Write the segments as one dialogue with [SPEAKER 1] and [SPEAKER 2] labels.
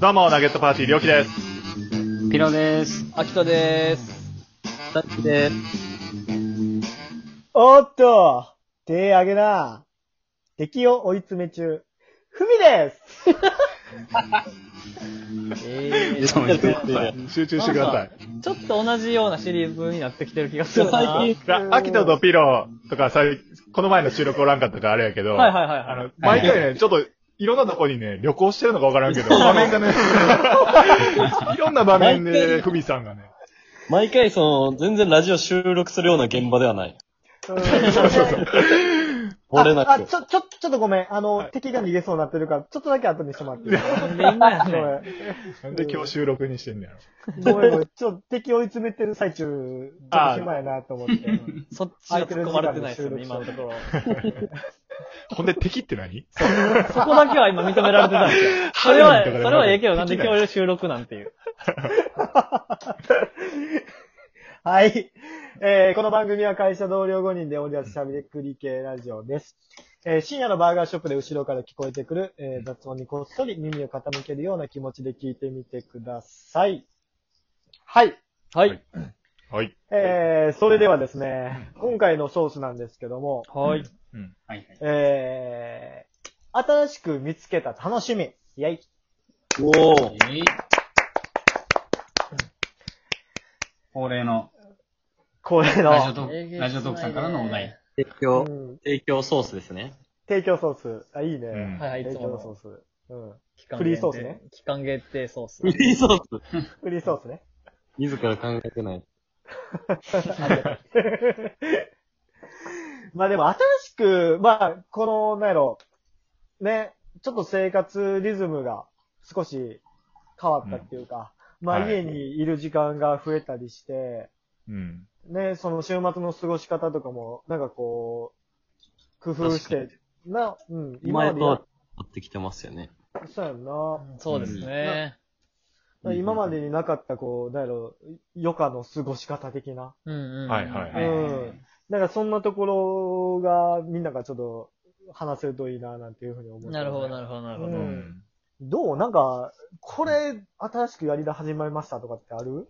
[SPEAKER 1] どうも、ナゲットパーティー、りょうきです。
[SPEAKER 2] ピロです。
[SPEAKER 3] 秋田でーす。
[SPEAKER 2] タッチです。
[SPEAKER 4] おっと手上げな敵を追い詰め中。ふみです
[SPEAKER 3] えー、
[SPEAKER 2] そうですね
[SPEAKER 1] 集中してください。
[SPEAKER 3] ちょっと同じようなシリーズになってきてる気がするな。
[SPEAKER 2] 最
[SPEAKER 1] だから秋田とピローとかさ、この前の収録おらんかったからあれやけど、
[SPEAKER 3] はいはいはい
[SPEAKER 1] あ
[SPEAKER 3] はい。
[SPEAKER 1] の、毎回ね、ちょっと、いろんなとこにね、旅行してるのかわからんけど、場面がね、 いろんな場面で、ふみさんがね、
[SPEAKER 5] 毎回その、全然ラジオ収録するような現場ではない。
[SPEAKER 4] そう そうそう。
[SPEAKER 5] 漏れな
[SPEAKER 4] あ、あ
[SPEAKER 5] く。
[SPEAKER 4] ちょ、ちょ、ちょっとごめん。あの、
[SPEAKER 1] はい
[SPEAKER 4] 敵が逃げそうになってるから、ちょっとだけ後にしてもらっていい。
[SPEAKER 3] みんなや
[SPEAKER 4] ご
[SPEAKER 3] ね。
[SPEAKER 4] め
[SPEAKER 1] なんで今日収録にしてんねやろ。
[SPEAKER 4] ん。ごめんごめん。ちょっと敵追い詰めてる最中、ちょっと暇やなと思 って。
[SPEAKER 3] そっちは突っ込まれてないですよね、今のところ。
[SPEAKER 1] ほんで、敵って何
[SPEAKER 3] そこだけは今認められてたんですよ。それは、それはええけど、なんで今
[SPEAKER 1] 日。
[SPEAKER 3] 日収録なんていう。
[SPEAKER 4] はい。えーこの番組は会社同僚5人でおり出すしゃべり系ラジオです。えー深夜のバーガーショップで後ろから聞こえてくる、えー雑音にこっそり耳を傾けるような気持ちで聞いてみてください。はい。
[SPEAKER 3] はい。
[SPEAKER 1] はい。
[SPEAKER 4] えー、それではですね、今回のソースなんですけども、
[SPEAKER 3] はい。
[SPEAKER 1] うん。
[SPEAKER 2] はい。
[SPEAKER 4] えー、新しく見つけた楽しみ。イェイ。
[SPEAKER 5] おぉ。
[SPEAKER 2] えい恒例の
[SPEAKER 4] 恒例
[SPEAKER 2] ラジオ
[SPEAKER 4] の、
[SPEAKER 2] トーク、ラジオトークさんからのお題。
[SPEAKER 5] 提
[SPEAKER 4] う
[SPEAKER 5] 供、
[SPEAKER 4] ん、
[SPEAKER 5] 提供ソースですね。
[SPEAKER 4] 提供ソース。あ、いいね。
[SPEAKER 1] うん
[SPEAKER 3] はいはい、い
[SPEAKER 4] 提
[SPEAKER 3] つも
[SPEAKER 4] 供ソー
[SPEAKER 3] の。
[SPEAKER 4] ス。うん。
[SPEAKER 3] 期間限定
[SPEAKER 4] フリーソースね。
[SPEAKER 3] 期間限定ソース。
[SPEAKER 5] フリーソース。
[SPEAKER 4] フリーソースね。
[SPEAKER 5] 自ら考えてない。
[SPEAKER 4] まあでも新しく、まあ、この、なんやろ、ね、ちょっと生活リズムが少し変わったっていうか、まあ
[SPEAKER 1] はい
[SPEAKER 4] 家にいる時間が増えたりして、
[SPEAKER 1] うん。
[SPEAKER 4] ね、その週末の過ごし方とかも、なんかこう、工夫して、な、うん、
[SPEAKER 5] 前
[SPEAKER 4] までや
[SPEAKER 5] と、取ってきてますよね。
[SPEAKER 4] そうやんな。
[SPEAKER 3] そうですね。
[SPEAKER 5] うん
[SPEAKER 4] 今までになかった、こう、なんやろ、余暇の過ごし方的な。
[SPEAKER 3] うんうんうん。
[SPEAKER 1] はいはい
[SPEAKER 4] うんなんかそんなところが、みんながちょっと話せるといいな、なんていうふうに思ってます。
[SPEAKER 3] なるほど、なるほど、なるほ
[SPEAKER 1] う
[SPEAKER 3] ど。
[SPEAKER 1] ん。
[SPEAKER 4] どうなんか、これ、新しくやりだ始まりましたとかってある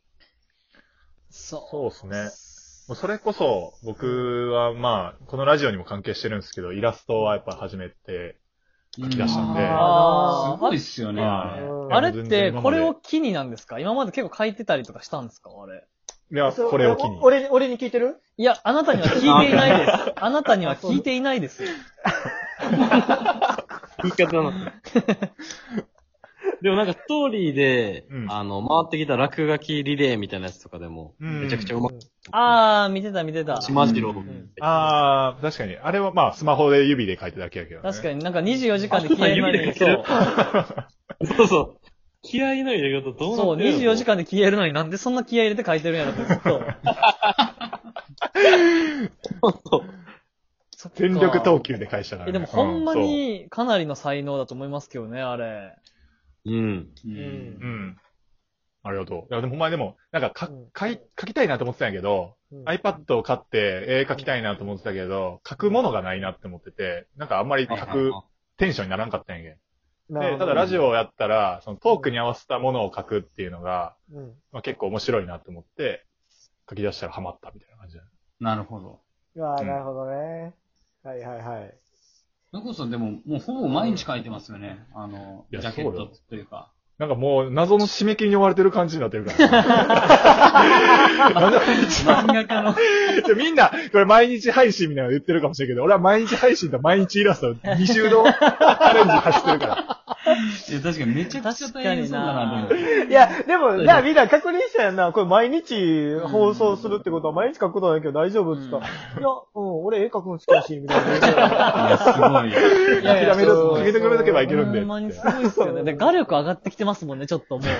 [SPEAKER 3] そ
[SPEAKER 1] そうですね。もうそれこそ、僕はまあ、このラジオにも関係してるんですけど、イラストはやっぱ始めて、書き出したんで、
[SPEAKER 3] あ
[SPEAKER 4] あ
[SPEAKER 3] あ
[SPEAKER 2] すごいっすよね。
[SPEAKER 1] は
[SPEAKER 2] あ
[SPEAKER 1] い
[SPEAKER 2] れ
[SPEAKER 4] うん
[SPEAKER 3] あれって、これを機になんですか今まで結構書いてたりとかしたんですかあれ。
[SPEAKER 1] いや、
[SPEAKER 4] そ
[SPEAKER 1] これを機に
[SPEAKER 4] お。俺、俺に聞いてる
[SPEAKER 3] いや、あなたには聞いていないです。あなたには聞いていないですよ。
[SPEAKER 5] 言い方なの。でもなんかストーリーで、
[SPEAKER 1] うん
[SPEAKER 5] あの、回ってきた落書きリレーみたいなやつとかでも、
[SPEAKER 1] うん
[SPEAKER 5] めちゃくちゃうまく、
[SPEAKER 3] あー、見てた見てた。
[SPEAKER 5] 島次郎
[SPEAKER 3] ん。
[SPEAKER 1] ああ、確かに。あれはまあ、スマホで指で書いただけやけど、ね。
[SPEAKER 3] 確か
[SPEAKER 1] に。
[SPEAKER 3] になんか24時間で消えるまでに、
[SPEAKER 5] あ
[SPEAKER 3] そ
[SPEAKER 5] な
[SPEAKER 3] う
[SPEAKER 5] た。そうそう。気合いの入れ方どうな
[SPEAKER 3] そう、
[SPEAKER 5] ってるの
[SPEAKER 3] 24時。間で消えるのになんでそんな気合い入れて書いてるんやろってずっと。そっか
[SPEAKER 1] 全力投球で返したから、ね。
[SPEAKER 3] え、でもほんま
[SPEAKER 1] う
[SPEAKER 3] にかなりの才能だと思いますけどね、あれ。
[SPEAKER 5] うん。
[SPEAKER 1] そ
[SPEAKER 2] うん
[SPEAKER 1] う。うん。ありがとう。いや、でもほんまにでも、なんかか
[SPEAKER 4] うん、
[SPEAKER 1] かい、書きたいなと思ってたんやけど、
[SPEAKER 4] うん、
[SPEAKER 1] iPad を買って、絵描きたいなと思ってたけど、書くものがないなって思ってて、なんかあんまり書くテンションにならんかったんやけん。
[SPEAKER 4] なる
[SPEAKER 1] で、
[SPEAKER 4] ほど
[SPEAKER 1] ただラジオをやったら、そのトークに合わせたものを書くっていうのが、
[SPEAKER 4] うん
[SPEAKER 1] まあ、結構面白いなと思って、書き出したらハマったみたいな感じだね
[SPEAKER 2] なるほど。
[SPEAKER 4] あ
[SPEAKER 1] う
[SPEAKER 4] あ、
[SPEAKER 1] ん
[SPEAKER 4] なるほどね。はいはいはい。
[SPEAKER 2] それこそでも、もうほぼ毎日書いてますよね。あの、
[SPEAKER 1] い
[SPEAKER 2] ジ
[SPEAKER 1] や
[SPEAKER 2] ャケットというか。
[SPEAKER 1] なんかもう謎の締め切りに追われてる感じになってるから、
[SPEAKER 2] 漫画家の。
[SPEAKER 1] いやみんな、これ毎日配信みたいなの言ってるかもしれんけど、俺は毎日配信と毎日イラストを二周のアレンジ走ってるから。
[SPEAKER 2] いや、確かにめちゃくちゃ大変そうだなと思って。
[SPEAKER 4] いや、でも、じゃあみんな確認したやんな。これ毎日放送するってことは毎日書くことないけど大丈夫っつったら、いや、うん、俺絵描くの好きだし、みたいな。
[SPEAKER 2] いや、すごい。
[SPEAKER 3] いやいや
[SPEAKER 1] 諦める、決めてくれとけばいけるんで
[SPEAKER 3] ほんまにすごいっすよね。で、画力上がってきてますもんね、ちょっともう。
[SPEAKER 4] ね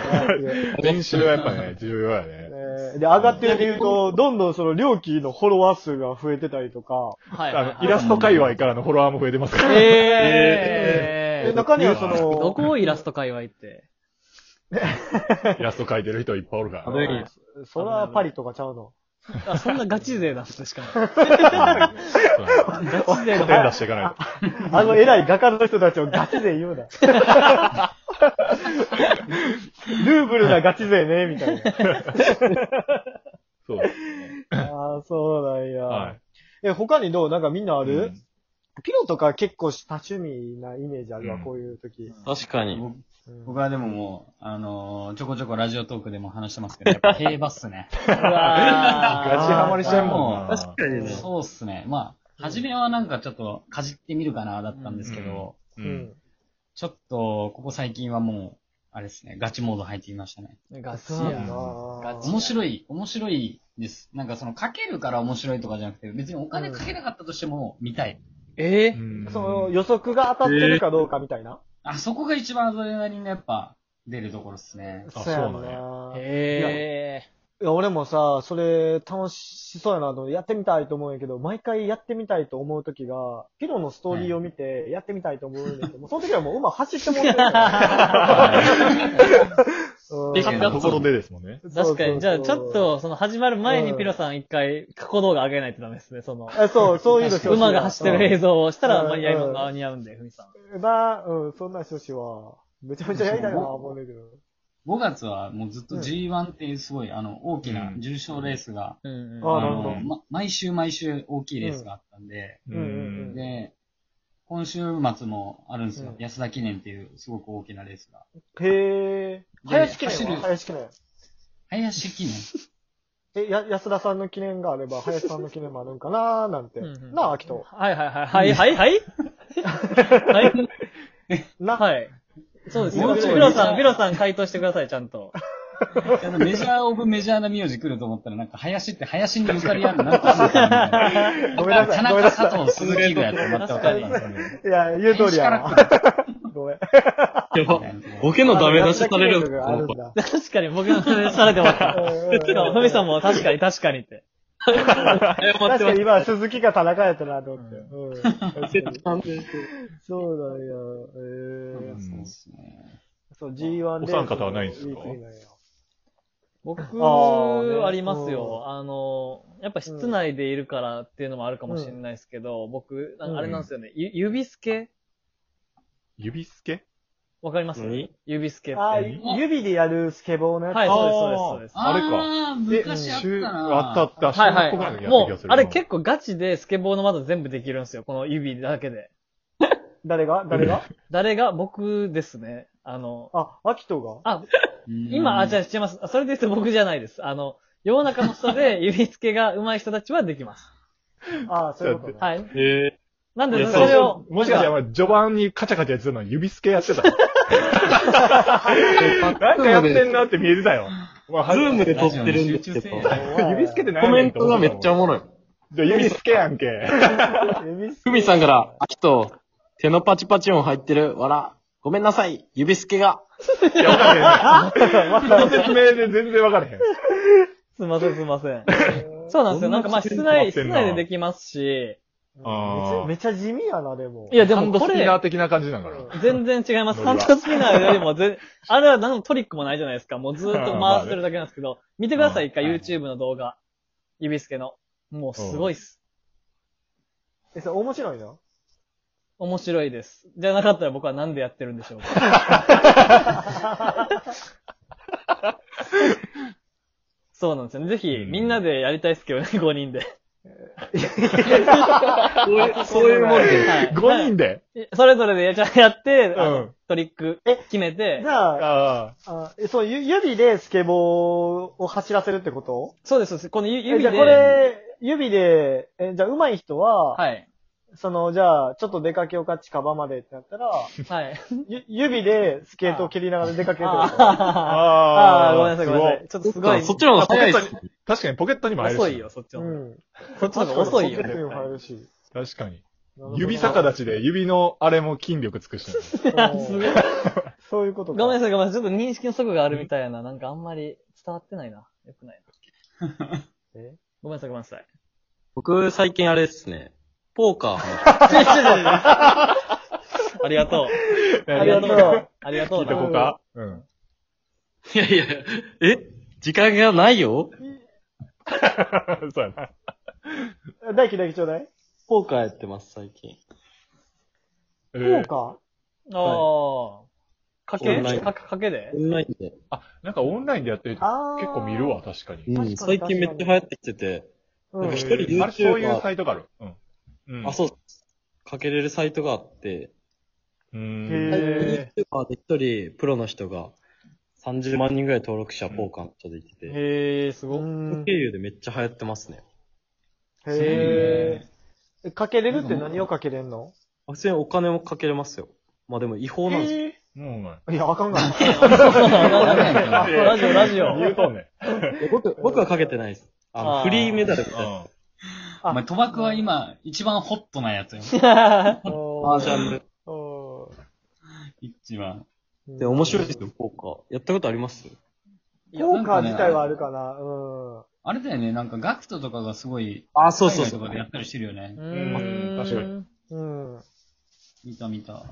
[SPEAKER 1] 練習はやっぱね、重要やね。
[SPEAKER 4] で、上がってるで言うと、どんどんその、料金のフォロワー数が増えてたりとか、
[SPEAKER 3] はいはい
[SPEAKER 1] あ
[SPEAKER 3] は
[SPEAKER 1] の、
[SPEAKER 3] い。
[SPEAKER 1] イラスト界隈からのフォロワーも増えてますから。
[SPEAKER 3] えー。
[SPEAKER 4] で中にはそ
[SPEAKER 3] ど
[SPEAKER 4] の、
[SPEAKER 3] こをイラスト界隈って。
[SPEAKER 1] イラスト描いてる人いっぱいおるから
[SPEAKER 5] あ。れ
[SPEAKER 4] そらパリとかちゃうの。
[SPEAKER 3] あ、そんなガチ勢なんです、しかも。
[SPEAKER 1] そうなんだ
[SPEAKER 3] ガチ勢の
[SPEAKER 1] 手
[SPEAKER 3] 方
[SPEAKER 1] 出していかない
[SPEAKER 4] あの偉い画家の人たちをガチ勢言うな。 ルーブルなガチ勢ね、みたいな。
[SPEAKER 1] と。そう。
[SPEAKER 4] ああ、そうなんや。
[SPEAKER 1] は
[SPEAKER 4] え、他にどうなんかみんなあ
[SPEAKER 1] い。
[SPEAKER 4] る、
[SPEAKER 1] うん
[SPEAKER 4] ピロとか結構多趣味なイメージあるわ、
[SPEAKER 1] うん
[SPEAKER 4] こういう時。
[SPEAKER 5] 確かに。
[SPEAKER 4] うん
[SPEAKER 2] 僕はでももう、あのーちょこちょこラジオトークでも話してますけど、やっぱ競馬っすね。
[SPEAKER 3] うわー
[SPEAKER 1] ガチハマりしてんもん
[SPEAKER 2] あ
[SPEAKER 1] な。
[SPEAKER 3] 確かにね。
[SPEAKER 2] そうっすね。まあ、初めはなんかちょっとかじってみるかな、だったんですけど、
[SPEAKER 1] う。
[SPEAKER 4] うんん。
[SPEAKER 2] ちょっと、ここ最近はもう、あれですね、ガチモード入ってきましたね。
[SPEAKER 3] ガチ
[SPEAKER 4] そう
[SPEAKER 3] や
[SPEAKER 4] な
[SPEAKER 3] な。
[SPEAKER 4] んだ。
[SPEAKER 3] ガチ
[SPEAKER 2] 面白い、面白いです。なんかその、かけるから面白いとかじゃなくて、別にお金かけなかったとしても、見たい。
[SPEAKER 3] ええ
[SPEAKER 1] うん
[SPEAKER 4] その予測が当たってるかどうかみたいな。
[SPEAKER 2] あそこが一番アドレナリンがやっぱ、出るところっすね。
[SPEAKER 1] あ
[SPEAKER 4] やん
[SPEAKER 1] そうな
[SPEAKER 3] え
[SPEAKER 4] いや、俺もさ、それ楽しそうやなと思って、やってみたいと思うんやけど、毎回やってみたいと思う時が、ピロのストーリーを見て、やってみたいと思うん だけど、もうその時はもう馬走ってもらってる
[SPEAKER 3] え
[SPEAKER 4] から
[SPEAKER 1] 勝手なところでですもんね。
[SPEAKER 3] ー。確かに。じゃあ、ちょっ、と、その、始まる前
[SPEAKER 4] う
[SPEAKER 3] に
[SPEAKER 4] ん
[SPEAKER 3] ピロさん一回、過去動画上げないとダメですね、その。
[SPEAKER 4] うんえそう、そういうのしてほしいな
[SPEAKER 3] 馬が走ってる映像をしたら、
[SPEAKER 4] うん
[SPEAKER 3] 間に合いも間に合うんで、ふみさん。
[SPEAKER 4] な、うん、そんな少子は、めちゃめちゃやりたいな、思うんだけど。
[SPEAKER 2] 5月はもうずっと G1 っていうすごい、あの、大きな
[SPEAKER 1] うん
[SPEAKER 2] 重賞レースが、
[SPEAKER 3] うんうん。
[SPEAKER 4] あ
[SPEAKER 2] あ
[SPEAKER 4] なるほ
[SPEAKER 2] の
[SPEAKER 1] ど
[SPEAKER 2] ま毎週毎週大きいレースがあったんで、
[SPEAKER 4] うんうん
[SPEAKER 2] で、今週末もあるんですよ。
[SPEAKER 4] うん
[SPEAKER 2] 安田記念っていうすごく大きなレースが。
[SPEAKER 4] へえ。
[SPEAKER 2] で
[SPEAKER 4] 林記念
[SPEAKER 2] 走
[SPEAKER 4] は
[SPEAKER 2] る
[SPEAKER 4] 林記念。
[SPEAKER 2] 林記念
[SPEAKER 4] え、や、安田さんの記念があれば、林さんの記念もあるんかなーなんて。
[SPEAKER 3] うんうん
[SPEAKER 4] なあ、秋と。
[SPEAKER 3] はいはいはい。はいはいはいはい。
[SPEAKER 4] な、
[SPEAKER 3] はい。そうです
[SPEAKER 2] も
[SPEAKER 3] よ。
[SPEAKER 2] うちょい
[SPEAKER 3] ピロさん、ピロさん回答してください、ちゃんと。
[SPEAKER 2] あのメジャーオブメジャーな名字来ると思ったら、なんか林って林にゆかりあるなんかあるのかなみたいな。
[SPEAKER 4] ごめんなさ
[SPEAKER 2] 田
[SPEAKER 4] い、ごめんな
[SPEAKER 2] 中
[SPEAKER 4] さい。
[SPEAKER 2] 佐藤鈴木ぐらいだと全く分かんないですよね。
[SPEAKER 4] いや、言う通りや
[SPEAKER 2] 林
[SPEAKER 4] な。ごめん。
[SPEAKER 5] やば。ボケのダメ出しされる。
[SPEAKER 4] あるんだ。
[SPEAKER 3] 確かに僕の話されてます。そう、ふみさん
[SPEAKER 4] も。
[SPEAKER 3] も確かに確かにって。
[SPEAKER 5] 謝ってま
[SPEAKER 4] 確か
[SPEAKER 5] す
[SPEAKER 4] に。今、鈴木が田中やったなと思って。うん。確かにそうだよ。
[SPEAKER 2] そう
[SPEAKER 4] えー
[SPEAKER 2] ですね。
[SPEAKER 4] そう、G1
[SPEAKER 1] お三方はないんですか
[SPEAKER 4] ウィークリーなんや
[SPEAKER 3] 僕、
[SPEAKER 4] あーね
[SPEAKER 3] ありますよ。あの、やっぱ室内でいるからっていうのもあるかもしれないですけど、僕、なんかあれなんですよね。ゆ指すけ
[SPEAKER 1] 指すけ
[SPEAKER 3] わかります
[SPEAKER 5] 何
[SPEAKER 3] 指すけって。
[SPEAKER 4] あ
[SPEAKER 3] は
[SPEAKER 4] ー、
[SPEAKER 3] い、
[SPEAKER 4] ゆ指でやるスケボーのやつ。
[SPEAKER 3] そうです、そうです、そうです。
[SPEAKER 1] あれか
[SPEAKER 2] あー昔あった
[SPEAKER 1] 週、
[SPEAKER 2] な
[SPEAKER 1] あったあった。
[SPEAKER 3] はい
[SPEAKER 1] 小学校ぐら
[SPEAKER 3] はい。
[SPEAKER 1] いの時
[SPEAKER 3] も
[SPEAKER 1] やった気が
[SPEAKER 3] う
[SPEAKER 1] す、る
[SPEAKER 3] あれ結構ガチでスケボーの技全部できるんですよ。この指だけで。
[SPEAKER 4] 誰が誰が
[SPEAKER 3] 誰が僕ですね。あの、
[SPEAKER 4] あ、秋人が
[SPEAKER 3] あ、
[SPEAKER 2] うん
[SPEAKER 3] 今、あ、じゃあ、違います。あそれで言うと僕じゃないです。あの、世の中の人で指付けが上手い人たちはできます。
[SPEAKER 4] ああ、そういうことね。
[SPEAKER 3] はい。
[SPEAKER 5] え
[SPEAKER 3] なんで、
[SPEAKER 1] い
[SPEAKER 3] そ
[SPEAKER 1] や
[SPEAKER 3] れを、
[SPEAKER 1] もしかしたら、序盤にカチャカチャやってたのは指すけやってた。なんかやってんなって見えてたよ。まあ
[SPEAKER 5] ー、ズームで撮
[SPEAKER 2] ラ
[SPEAKER 5] って
[SPEAKER 2] ジオ
[SPEAKER 5] るん
[SPEAKER 2] に集
[SPEAKER 5] です
[SPEAKER 2] 中せ
[SPEAKER 5] けど
[SPEAKER 2] え、や
[SPEAKER 1] 指すけってな
[SPEAKER 5] コ
[SPEAKER 1] い
[SPEAKER 5] メントがめっちゃおもろい。
[SPEAKER 1] ゃ。指すけやんけ。
[SPEAKER 4] 指
[SPEAKER 5] ふみさんから、あきと、手のパチパチ音入ってる、わら。ごめんなさい、指すけが。
[SPEAKER 1] いや、わかれへん。その説明で全然わからへん。
[SPEAKER 3] すいません、すいません。そうなんですよ。なんか、まあ、室内、室内でできますし、
[SPEAKER 1] あー
[SPEAKER 4] めちゃめちゃ地味やな、でも。
[SPEAKER 3] いや、で
[SPEAKER 1] ハン
[SPEAKER 3] も
[SPEAKER 1] ド
[SPEAKER 3] こ
[SPEAKER 1] スピナー
[SPEAKER 3] れ、
[SPEAKER 1] 的な感じだから。
[SPEAKER 3] 全然違います。
[SPEAKER 1] ノ
[SPEAKER 3] ハン
[SPEAKER 1] リは
[SPEAKER 3] ドスピナーよりも全、あれは何のトリックもないじゃないですか。もうずーっと回してるだけなんですけど、見てください、一回
[SPEAKER 2] うん
[SPEAKER 3] YouTube の動画。指付けの。もう、すごいっす。
[SPEAKER 4] え、それ面白いな。
[SPEAKER 3] 面白いです。じゃなかったら僕はなんでやってるんでしょうか。そうなんですよね。ぜひ、
[SPEAKER 1] うん
[SPEAKER 3] みんなでやりたいですけどね、5人で。
[SPEAKER 5] そういう、そういうもんで。
[SPEAKER 3] はい
[SPEAKER 1] 5人で。
[SPEAKER 3] はいそれぞれでややって、あの
[SPEAKER 1] うん
[SPEAKER 3] トリック
[SPEAKER 4] え
[SPEAKER 3] 決めて
[SPEAKER 4] じ、ゃあ、
[SPEAKER 1] あ
[SPEAKER 4] あえそう、ゆ指でスケボーを走らせるってこと
[SPEAKER 3] そうです、そうです。このゆ
[SPEAKER 4] え
[SPEAKER 3] 指で、
[SPEAKER 4] じゃあ、これ、指で、え、じゃあ、上手い人は、
[SPEAKER 3] はい。
[SPEAKER 4] その、じゃあ、ちょっと出かけをかっちカバまでってな ったら、
[SPEAKER 3] はい。
[SPEAKER 4] ゆ指でスケートを蹴りながら出かけるってこと
[SPEAKER 1] あ。
[SPEAKER 3] あーあー、ごめんなさい、ごめんなさ
[SPEAKER 1] い。
[SPEAKER 3] い。ちょっとすごい。
[SPEAKER 5] そっちの方が早いっす。
[SPEAKER 1] 確かにポケットにも入るし。
[SPEAKER 3] 遅いよ、。そっちの
[SPEAKER 4] う
[SPEAKER 3] 方 が。そっちの方
[SPEAKER 4] ん。
[SPEAKER 3] が遅いよ。
[SPEAKER 4] ポケットに
[SPEAKER 3] 絶
[SPEAKER 4] も入
[SPEAKER 3] 対
[SPEAKER 4] るし。
[SPEAKER 1] 確かに。
[SPEAKER 4] なるほど
[SPEAKER 1] 指逆立ちで指のあれも筋力つくし。
[SPEAKER 4] すごい。そういうことか。
[SPEAKER 3] ごめんな
[SPEAKER 4] さ
[SPEAKER 3] さい、ごめんなさい。ちょっと認識の速があるみたいな。なんかあんまり伝わってないな。よくないな。
[SPEAKER 4] い。え
[SPEAKER 3] ごめんなさい、ごめんなさい。
[SPEAKER 5] 僕、最近あれですね。ポーカー。
[SPEAKER 3] ありがとう。
[SPEAKER 4] ありがとう。
[SPEAKER 3] ありが
[SPEAKER 1] 聞
[SPEAKER 3] と う
[SPEAKER 1] いと
[SPEAKER 3] な。
[SPEAKER 1] こうか。うん。
[SPEAKER 5] いやいや、え時間がないよ
[SPEAKER 1] そうやな。
[SPEAKER 4] 大輝大輝ちょうだい。
[SPEAKER 5] ポーカーやってます、最近。
[SPEAKER 1] え
[SPEAKER 4] こ
[SPEAKER 1] ー
[SPEAKER 4] うか。
[SPEAKER 3] ああ。か
[SPEAKER 5] オ
[SPEAKER 3] け
[SPEAKER 5] ンライン
[SPEAKER 3] かかけで
[SPEAKER 5] オンラインで。
[SPEAKER 1] あ、なんかオンラインでやってる人
[SPEAKER 4] あー
[SPEAKER 1] 結構見る。わ、確かに。
[SPEAKER 5] うん、最近めっちゃ流行ってきてて、
[SPEAKER 4] う
[SPEAKER 5] なん
[SPEAKER 4] ん
[SPEAKER 5] か。一人
[SPEAKER 1] あれ、そういう
[SPEAKER 5] YouTuber
[SPEAKER 1] サイトがある。うん。うん、
[SPEAKER 5] あ、そう、かけれるサイトがあって、
[SPEAKER 1] う。ん。
[SPEAKER 4] へ
[SPEAKER 1] へ
[SPEAKER 5] YouTuber で一人プロの人が30万人ぐらい登録者ポーカーの人でいてて、
[SPEAKER 3] へえ、す
[SPEAKER 4] う
[SPEAKER 3] ごい。
[SPEAKER 4] ん
[SPEAKER 5] 経由でめっちゃ流行ってますね。
[SPEAKER 4] へえ。かけれるって何をかけれんの
[SPEAKER 5] あ普通にお金もかけれますよ。まあでも違法なんですよ。
[SPEAKER 4] え
[SPEAKER 1] ー。もうまい。
[SPEAKER 4] ーいや、あかんが な。
[SPEAKER 3] ラジオ、ラジオ。
[SPEAKER 1] 言うとんねん。
[SPEAKER 5] いや僕、僕はかけてないです。あの、
[SPEAKER 3] あー
[SPEAKER 5] フリーメダルみたいな。
[SPEAKER 1] う
[SPEAKER 2] お前、賭博は今、一番ホットなや つよ。
[SPEAKER 5] マ
[SPEAKER 4] お
[SPEAKER 5] ージャンで。
[SPEAKER 4] お
[SPEAKER 2] 一番。
[SPEAKER 4] ー
[SPEAKER 5] で、面白いですよ、ポーカー。やったことあります
[SPEAKER 4] ポーカー自体はある
[SPEAKER 2] ら。
[SPEAKER 4] かな。うん。
[SPEAKER 2] あれだよね、なんか、ガクトとかがすごい、
[SPEAKER 5] あー、そうそう
[SPEAKER 2] 海
[SPEAKER 5] そ
[SPEAKER 2] 外と
[SPEAKER 5] う
[SPEAKER 2] か。でやったりしてるよね
[SPEAKER 3] う。
[SPEAKER 1] ん確かに。
[SPEAKER 4] うん。こ
[SPEAKER 2] 見た見た。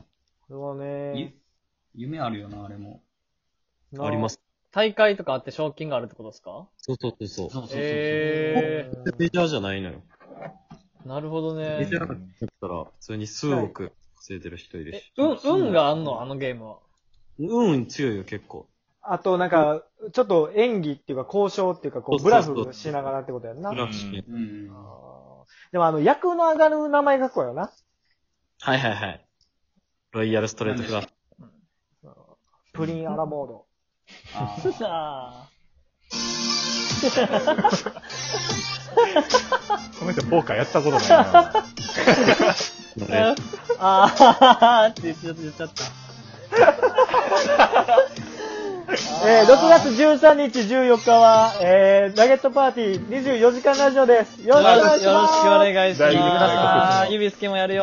[SPEAKER 4] れはね。
[SPEAKER 2] ゆ。夢あるよな、あれも。
[SPEAKER 5] ありますす。
[SPEAKER 3] 大会とかあって賞金があるってことですか
[SPEAKER 5] そうそうそうそう。
[SPEAKER 2] そうそうそうそう。
[SPEAKER 3] へえ
[SPEAKER 5] メジャーじゃないのよ。
[SPEAKER 3] なるほど
[SPEAKER 5] メ
[SPEAKER 3] ね
[SPEAKER 5] ジ。ャーだったら、普通に数億稼いでる人いる
[SPEAKER 3] え
[SPEAKER 5] し。、
[SPEAKER 3] うん、運があんのあのゲームは。
[SPEAKER 5] うん、強いよ、結構。
[SPEAKER 4] あと、なんか、ちょっと演技っていうか、交渉っていうか、こう、ブ
[SPEAKER 5] そう
[SPEAKER 4] ラ
[SPEAKER 5] そうそう
[SPEAKER 4] フしながらってことやんな。
[SPEAKER 1] ブラフ
[SPEAKER 5] はい
[SPEAKER 2] うん。
[SPEAKER 4] あーでも、あの、役の上がる名前がこうよな。
[SPEAKER 5] はいはい。ロイヤルストレートクラス。
[SPEAKER 4] プリンアラモー ド。
[SPEAKER 2] あー
[SPEAKER 3] あ
[SPEAKER 1] この人、ポーカーやったことないな。
[SPEAKER 5] ね
[SPEAKER 3] あーって言っちゃった言っちゃった。
[SPEAKER 4] えー、6月13日、14日は、えー、ナゲットパーティー24時間ラジオです。よろしくお願いします。
[SPEAKER 3] よろしくお願いし
[SPEAKER 1] 大丈夫です
[SPEAKER 3] ま
[SPEAKER 1] か
[SPEAKER 3] す。指つけもやるよ。